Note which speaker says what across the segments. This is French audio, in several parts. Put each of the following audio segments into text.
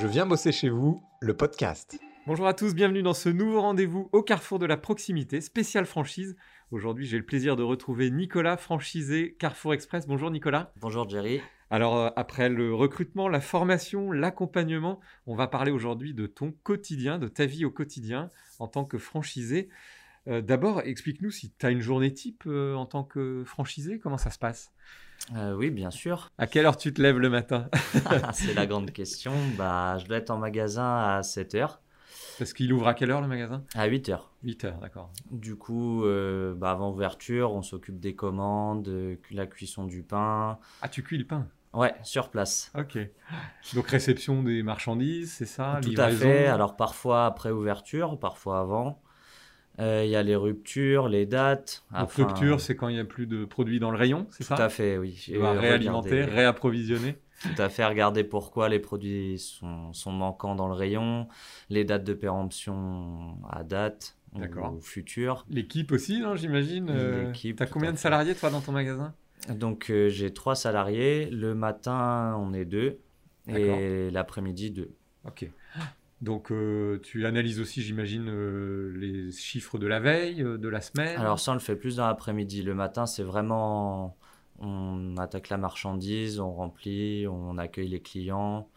Speaker 1: Je viens bosser chez vous, le podcast.
Speaker 2: Bonjour à tous, bienvenue dans ce nouveau rendez-vous au carrefour de la proximité, spécial franchise. Aujourd'hui, j'ai le plaisir de retrouver Nicolas, franchisé Carrefour Express. Bonjour Nicolas.
Speaker 3: Bonjour Jerry.
Speaker 2: Alors, euh, après le recrutement, la formation, l'accompagnement, on va parler aujourd'hui de ton quotidien, de ta vie au quotidien en tant que franchisé. Euh, D'abord, explique-nous si tu as une journée type euh, en tant que franchisé, comment ça se passe
Speaker 3: Euh, oui, bien sûr.
Speaker 2: À quelle heure tu te lèves le matin
Speaker 3: C'est la grande question. Bah, je dois être en magasin à 7h,
Speaker 2: Parce qu'il ouvre à quelle heure le magasin
Speaker 3: à 8h.
Speaker 2: 8 heures, d'accord.
Speaker 3: Du coup, euh, bah, avant ouverture, on s'occupe des commandes, euh, la cuisson du pain.
Speaker 2: Ah, tu cuis le pain
Speaker 3: Ouais, sur place.
Speaker 2: Ok. Donc réception des marchandises, c'est ça
Speaker 3: Tout à
Speaker 2: Ah, livraison.
Speaker 3: fait. Alors parfois après ouverture, parfois avant. Euh, Il y a les ruptures, les dates.
Speaker 2: Donc
Speaker 3: afin-
Speaker 2: rupture, c'est quand il n'y a plus de produits dans le rayon, c'est ça
Speaker 3: Tout à fait, oui.
Speaker 2: Tu
Speaker 3: Et
Speaker 2: dois réalimenter,
Speaker 3: regarder-
Speaker 2: réapprovisionner.
Speaker 3: Tout à fait, regarder pourquoi les produits sont, sont manquants dans le rayon, les dates de péremption à date
Speaker 2: D'accord.
Speaker 3: ou futures.
Speaker 2: L'équipe aussi, non, j'imagine. euh,
Speaker 3: L'équipe,
Speaker 2: T'as
Speaker 3: tout
Speaker 2: combien
Speaker 3: à
Speaker 2: de
Speaker 3: fait.
Speaker 2: salariés, toi, dans ton magasin
Speaker 3: Donc euh, j'ai trois salariés, le matin on est deux et
Speaker 2: D'accord.
Speaker 3: l'après-midi deux.
Speaker 2: Ok. Donc, euh, tu analyses aussi, j'imagine, euh, les chiffres de la veille, euh, de la semaine.
Speaker 3: Alors ça on le fait plus dans l'après-midi, le matin c'est vraiment on attaque la marchandise, on remplit, on accueille les clients.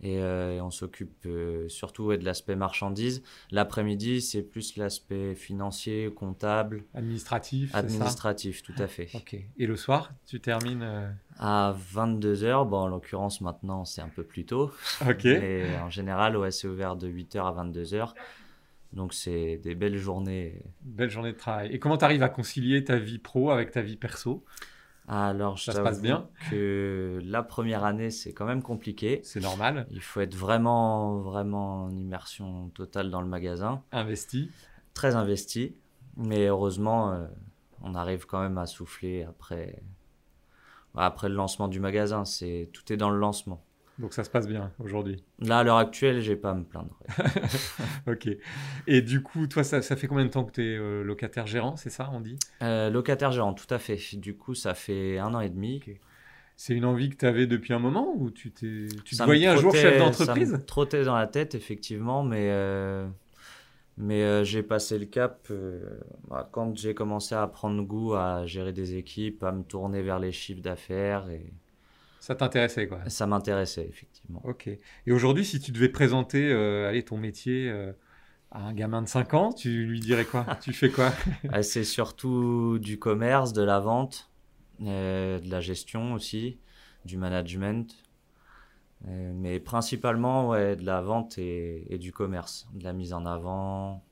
Speaker 3: Et euh, on s'occupe euh, surtout ouais, de l'aspect marchandise. L'après-midi, c'est plus l'aspect financier, comptable,
Speaker 2: administratif, c'est ça
Speaker 3: Administratif, tout à fait.
Speaker 2: Ok. Et le soir, tu termines. euh,
Speaker 3: À 22h, bon, en l'occurrence maintenant c'est un peu plus tôt,
Speaker 2: Ok.
Speaker 3: mais en général ouais, c'est ouvert de 8h à 22h, donc c'est des belles journées.
Speaker 2: Belle journée de travail. Et comment tu arrives à concilier ta vie pro avec ta vie perso
Speaker 3: Alors je
Speaker 2: Ça se passe
Speaker 3: t'avoue
Speaker 2: bien
Speaker 3: que la première année c'est quand même compliqué,
Speaker 2: C'est normal.
Speaker 3: il faut être vraiment, vraiment en immersion totale dans le magasin,
Speaker 2: Investi.
Speaker 3: très investi, mais heureusement euh, on arrive quand même à souffler après, après le lancement du magasin, c'est tout est dans le lancement.
Speaker 2: Donc, ça se passe bien aujourd'hui.
Speaker 3: Là, à l'heure actuelle, j'ai pas à me plaindre.
Speaker 2: Ok. Et du coup, toi, ça, ça fait combien de temps que tu es locataire gérant, c'est ça, on dit
Speaker 3: Euh, locataire gérant, tout à fait. Du coup, ça fait un an et demi.
Speaker 2: Ok. C'est une envie que tu avais depuis un moment ou tu t'es, tu te
Speaker 3: Ça me
Speaker 2: voyais un jour
Speaker 3: trottait-
Speaker 2: chef
Speaker 3: Ça
Speaker 2: d'entreprise
Speaker 3: me trottait dans la tête, effectivement, mais, euh, mais euh, j'ai passé le cap euh, bah, quand j'ai commencé à prendre goût à gérer des équipes, à me tourner vers les chiffres d'affaires, et
Speaker 2: Ça t'intéressait, quoi.
Speaker 3: ça m'intéressait, effectivement.
Speaker 2: Ok. Et aujourd'hui, si tu devais présenter euh, allez, ton métier euh, à un gamin de 5 ans, tu lui dirais quoi Tu fais quoi
Speaker 3: Euh, C'est surtout du commerce, de la vente, euh, de la gestion aussi, du management, Euh, mais principalement ouais, de la vente et, et du commerce, de la mise en avant.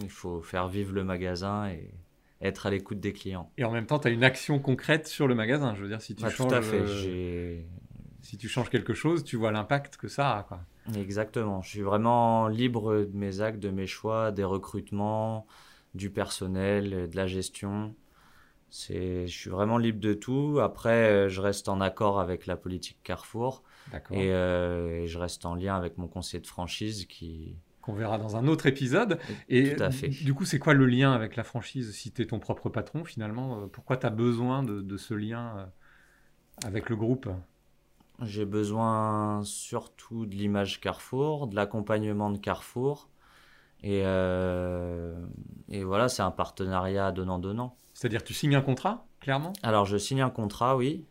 Speaker 3: Il faut faire vivre le magasin et être à l'écoute des clients.
Speaker 2: Et en même temps, tu as une action concrète sur le magasin. Je veux dire, si tu,
Speaker 3: Bah,
Speaker 2: changes,
Speaker 3: tout à fait.
Speaker 2: euh,
Speaker 3: j'ai-
Speaker 2: si tu changes quelque chose, tu vois l'impact que ça a. Quoi.
Speaker 3: Exactement. Je suis vraiment libre de mes actes, de mes choix, des recrutements, du personnel, de la gestion. C'est, je suis vraiment libre de tout. Après, euh, je reste en accord avec la politique Carrefour
Speaker 2: D'accord.
Speaker 3: et, euh, et je reste en lien avec mon conseiller de franchise qui.
Speaker 2: Qu'on verra dans un autre épisode. Et
Speaker 3: Tout à fait.
Speaker 2: du coup, c'est quoi le lien avec la franchise Si tu es ton propre patron, finalement, euh, pourquoi tu as besoin de, de ce lien euh, avec le groupe
Speaker 3: J'ai besoin surtout de l'image Carrefour, de l'accompagnement de Carrefour. Et, euh, et voilà, c'est un partenariat donnant-donnant.
Speaker 2: C'est-à-dire, tu signes un contrat, clairement
Speaker 3: Alors, je signe un contrat, oui.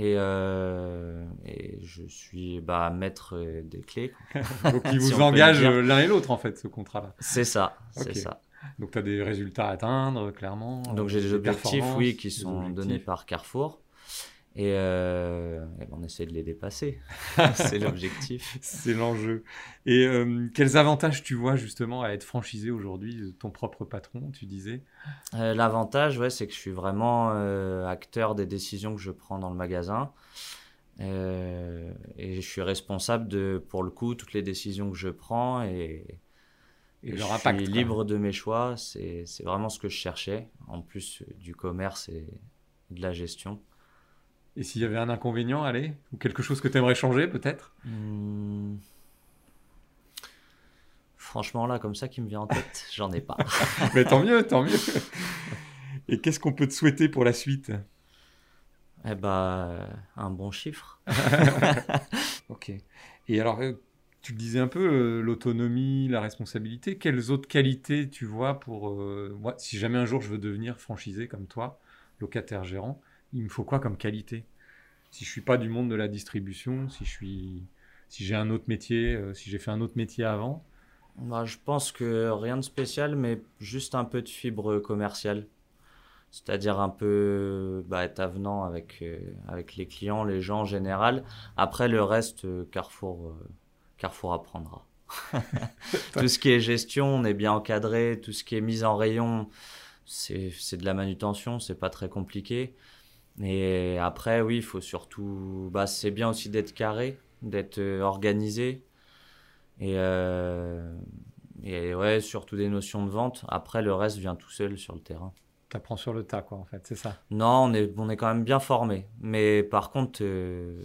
Speaker 3: Et, euh, et je suis bah, maître euh, des clés. quoi.
Speaker 2: Donc, il
Speaker 3: Si
Speaker 2: vous
Speaker 3: on peut
Speaker 2: engage
Speaker 3: le dire.
Speaker 2: euh, l'un et l'autre, en fait, ce contrat-là.
Speaker 3: C'est ça, c'est
Speaker 2: Ok.
Speaker 3: ça.
Speaker 2: Donc, tu as des résultats à atteindre, clairement. euh,
Speaker 3: Donc, j'ai des objectifs,
Speaker 2: performances,
Speaker 3: oui, qui
Speaker 2: des
Speaker 3: sont
Speaker 2: objectifs.
Speaker 3: donnés par Carrefour. Et, euh, et ben, on essaie de les dépasser. c'est l'objectif.
Speaker 2: C'est l'enjeu. Et euh, quels avantages tu vois, justement, à être franchisé aujourd'hui, euh, ton propre patron, tu disais
Speaker 3: Euh, L'avantage, ouais, c'est que je suis vraiment euh, acteur des décisions que je prends dans le magasin. Euh, et je suis responsable de, pour le coup, toutes les décisions que je prends et,
Speaker 2: Et,
Speaker 3: Et
Speaker 2: leur
Speaker 3: je
Speaker 2: impact.
Speaker 3: suis
Speaker 2: quoi.
Speaker 3: libre de mes choix, c'est c'est vraiment ce que je cherchais, en plus euh, du commerce et de la gestion.
Speaker 2: Et s'il y avait un inconvénient, allez Ou quelque chose que tu aimerais changer, peut-être
Speaker 3: Hmm. Franchement, là, comme ça qui me vient en tête, j'en ai pas.
Speaker 2: Mais tant mieux, tant mieux. Et qu'est-ce qu'on peut te souhaiter pour la suite
Speaker 3: euh, Eh bah, un bon chiffre.
Speaker 2: Ok. Et alors, euh, tu le disais un peu, euh, l'autonomie, la responsabilité, quelles autres qualités tu vois pour... euh, moi, si jamais un jour je veux devenir franchisé comme toi, locataire gérant, il me faut quoi comme qualité Si je suis pas du monde de la distribution, si je suis... Si j'ai un autre métier, euh, si j'ai fait un autre métier avant,
Speaker 3: Bah, je pense que rien de spécial, mais juste un peu de fibre commerciale. C'est-à-dire un peu bah, être avenant avec, euh, avec les clients, les gens en général. Après, le reste, euh, Carrefour, euh, Carrefour apprendra. tout ce qui est gestion, on est bien encadré. Tout ce qui est mise en rayon, c'est c'est de la manutention, c'est pas très compliqué. Et après, oui, il faut surtout. Bah, c'est bien aussi d'être carré, d'être euh, organisé. Et, euh, et ouais, surtout des notions de vente. Après, le reste vient tout seul sur le terrain.
Speaker 2: tu apprends sur le tas, quoi, en fait, c'est ça.
Speaker 3: Non, on est, on est quand même bien formé. Mais par contre, euh,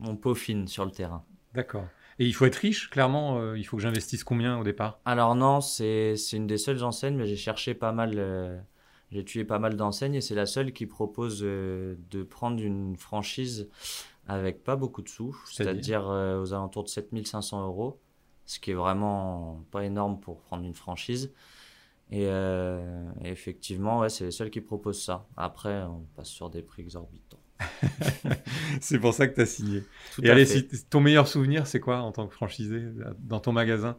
Speaker 3: on peaufine sur le terrain.
Speaker 2: D'accord. Et il faut être riche, clairement, euh, il faut que j'investisse combien au départ
Speaker 3: Alors non, c'est c'est une des seules enseignes, mais j'ai cherché pas mal, euh, j'ai tué pas mal d'enseignes et c'est la seule qui propose euh, de prendre une franchise avec pas beaucoup de sous,
Speaker 2: C'est-à-dire
Speaker 3: c'est-à-dire euh, aux alentours de 7500 euros, ce qui est vraiment pas énorme pour prendre une franchise. Et, euh, et effectivement, ouais, c'est les seuls qui proposent ça. Après, on passe sur des prix exorbitants.
Speaker 2: C'est pour ça que tu as signé.
Speaker 3: Tout
Speaker 2: Et
Speaker 3: à
Speaker 2: allez,
Speaker 3: fait.
Speaker 2: si- ton meilleur souvenir, c'est quoi en tant que franchisé là, dans ton magasin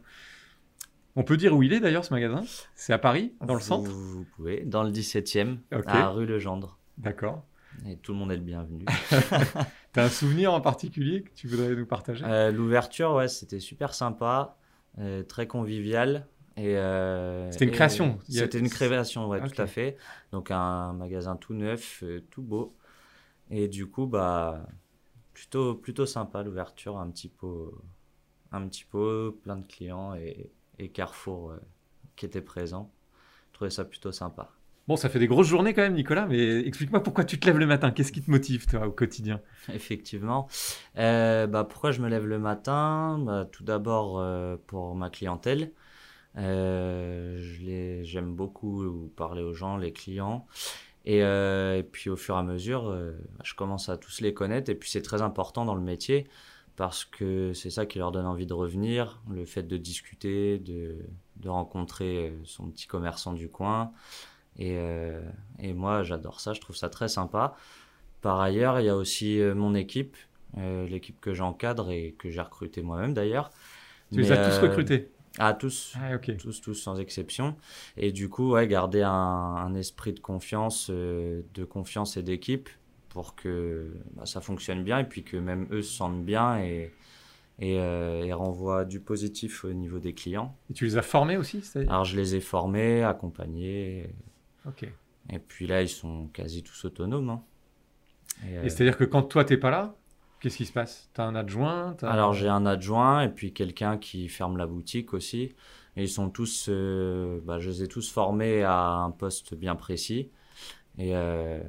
Speaker 2: On peut dire où il est d'ailleurs ce magasin C'est à Paris, dans le
Speaker 3: Vous-
Speaker 2: centre
Speaker 3: Vous pouvez, dans le 17e,
Speaker 2: Ok.
Speaker 3: à rue Legendre.
Speaker 2: D'accord.
Speaker 3: Et tout le monde est le bienvenu.
Speaker 2: T'as un souvenir en particulier que tu voudrais nous partager
Speaker 3: Euh, L'ouverture, ouais, c'était super sympa, euh, très convivial. et, euh,
Speaker 2: C'était une
Speaker 3: et-
Speaker 2: création, il y a-
Speaker 3: C'était une création, ouais,
Speaker 2: Ok.
Speaker 3: tout à fait. Donc un magasin tout neuf, euh, tout beau. Et du coup, bah, plutôt, plutôt sympa l'ouverture, un petit peu, un petit peu, plein de clients et, et Carrefour euh, qui était présent. Je trouvais ça plutôt sympa.
Speaker 2: Bon, ça fait des grosses journées quand même, Nicolas, mais explique-moi pourquoi tu te lèves le matin. Qu'est-ce qui te motive, toi, au quotidien
Speaker 3: Effectivement. Euh, bah, pourquoi je me lève le matin Bah, Tout d'abord euh, pour ma clientèle. Euh, je les- J'aime beaucoup parler aux gens, les clients. Et, euh, et puis au fur et à mesure, euh, je commence à tous les connaître. Et puis c'est très important dans le métier parce que c'est ça qui leur donne envie de revenir, le fait de discuter, de, de rencontrer euh, son petit commerçant du coin. Et, euh, et moi, j'adore ça, je trouve ça très sympa. Par ailleurs, il y a aussi euh, mon équipe, euh, l'équipe que j'encadre et que j'ai recrutée moi-même d'ailleurs.
Speaker 2: Tu
Speaker 3: Mais,
Speaker 2: les as tous
Speaker 3: euh,
Speaker 2: recrutés
Speaker 3: Ah, tous
Speaker 2: Ah, ok.
Speaker 3: tous, tous sans exception. Et du coup, ouais, garder un, un esprit de confiance, euh, de confiance et d'équipe pour que bah, ça fonctionne bien et puis que même eux se sentent bien et, et, euh, et renvoient du positif au niveau des clients.
Speaker 2: Et tu les as formés aussi c'est-à-dire
Speaker 3: Alors, je les ai formés, accompagnés, Ah.
Speaker 2: Ok.
Speaker 3: et puis là, ils sont quasi tous autonomes. hein. Et, euh,
Speaker 2: Et c'est-à-dire que quand toi, t'es pas là, qu'est-ce qui se passe T'as un adjoint t'as-
Speaker 3: Alors j'ai un adjoint et puis quelqu'un qui ferme la boutique aussi. Et ils sont tous, euh, bah, je les ai tous formés à un poste bien précis. Et, euh,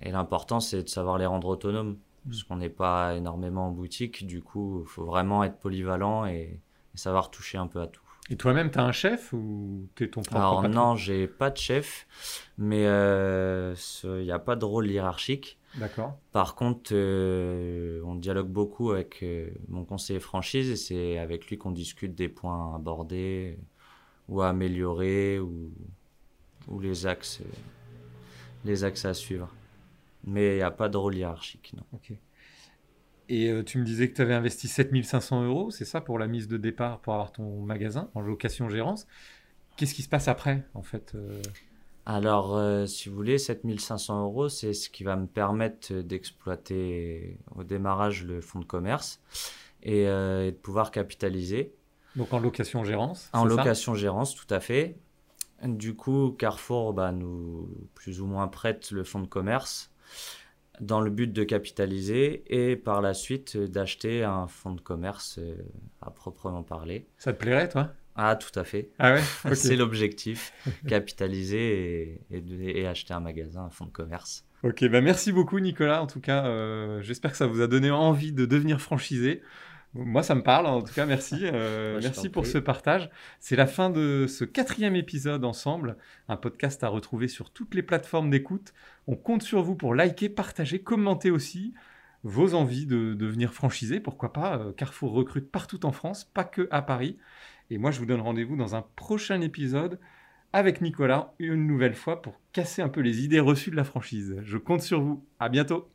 Speaker 3: et l'important c'est de savoir les rendre autonomes. Parce qu'on n'est pas énormément en boutique, du coup il faut vraiment être polyvalent et, et savoir toucher un peu à tout.
Speaker 2: Et toi-même, t'as un chef ou t'es ton propre
Speaker 3: Alors
Speaker 2: patron
Speaker 3: non, j'ai pas de chef, mais euh, ce- il n'y a pas de rôle hiérarchique.
Speaker 2: D'accord.
Speaker 3: Par contre, euh, on dialogue beaucoup avec euh, mon conseiller franchise et c'est avec lui qu'on discute des points à aborder euh, ou à améliorer ou, ou les axes, euh, les axes à suivre. Mais il n'y a pas de rôle hiérarchique, non.
Speaker 2: Ok. Et euh, tu me disais que tu avais investi 7500 euros, c'est ça, pour la mise de départ pour avoir ton magasin en location-gérance. Qu'est-ce qui se passe après, en fait euh,
Speaker 3: Alors, euh, si vous voulez, 7500 euros, c'est ce qui va me permettre euh, d'exploiter au démarrage le fonds de commerce et, euh, et de pouvoir capitaliser.
Speaker 2: Donc en location-gérance
Speaker 3: En
Speaker 2: c'est ça
Speaker 3: location-gérance, tout à fait. Du coup, Carrefour bah, nous plus ou moins prête le fonds de commerce dans le but de capitaliser et par la suite euh, d'acheter un fonds de commerce euh, à proprement parler.
Speaker 2: Ça te plairait, toi
Speaker 3: Ah, tout à fait.
Speaker 2: Ah ouais Ok.
Speaker 3: C'est l'objectif, capitaliser et, et de- et acheter un magasin, un fonds de commerce.
Speaker 2: Ok, bah merci beaucoup Nicolas. En tout cas, euh, j'espère que ça vous a donné envie de devenir franchisé. Moi, ça me parle. En tout cas, merci. euh,
Speaker 3: Moi, je
Speaker 2: merci
Speaker 3: t'en
Speaker 2: pour
Speaker 3: prie.
Speaker 2: ce partage. C'est la fin de ce quatrième épisode ensemble. Un podcast à retrouver sur toutes les plateformes d'écoute. On compte sur vous pour liker, partager, commenter aussi. vos envies de devenir franchisé, pourquoi pas. euh, Carrefour recrute partout en France, pas que à Paris. Et moi, je vous donne rendez-vous dans un prochain épisode avec Nicolas, une nouvelle fois, pour casser un peu les idées reçues de la franchise. Je compte sur vous. À bientôt.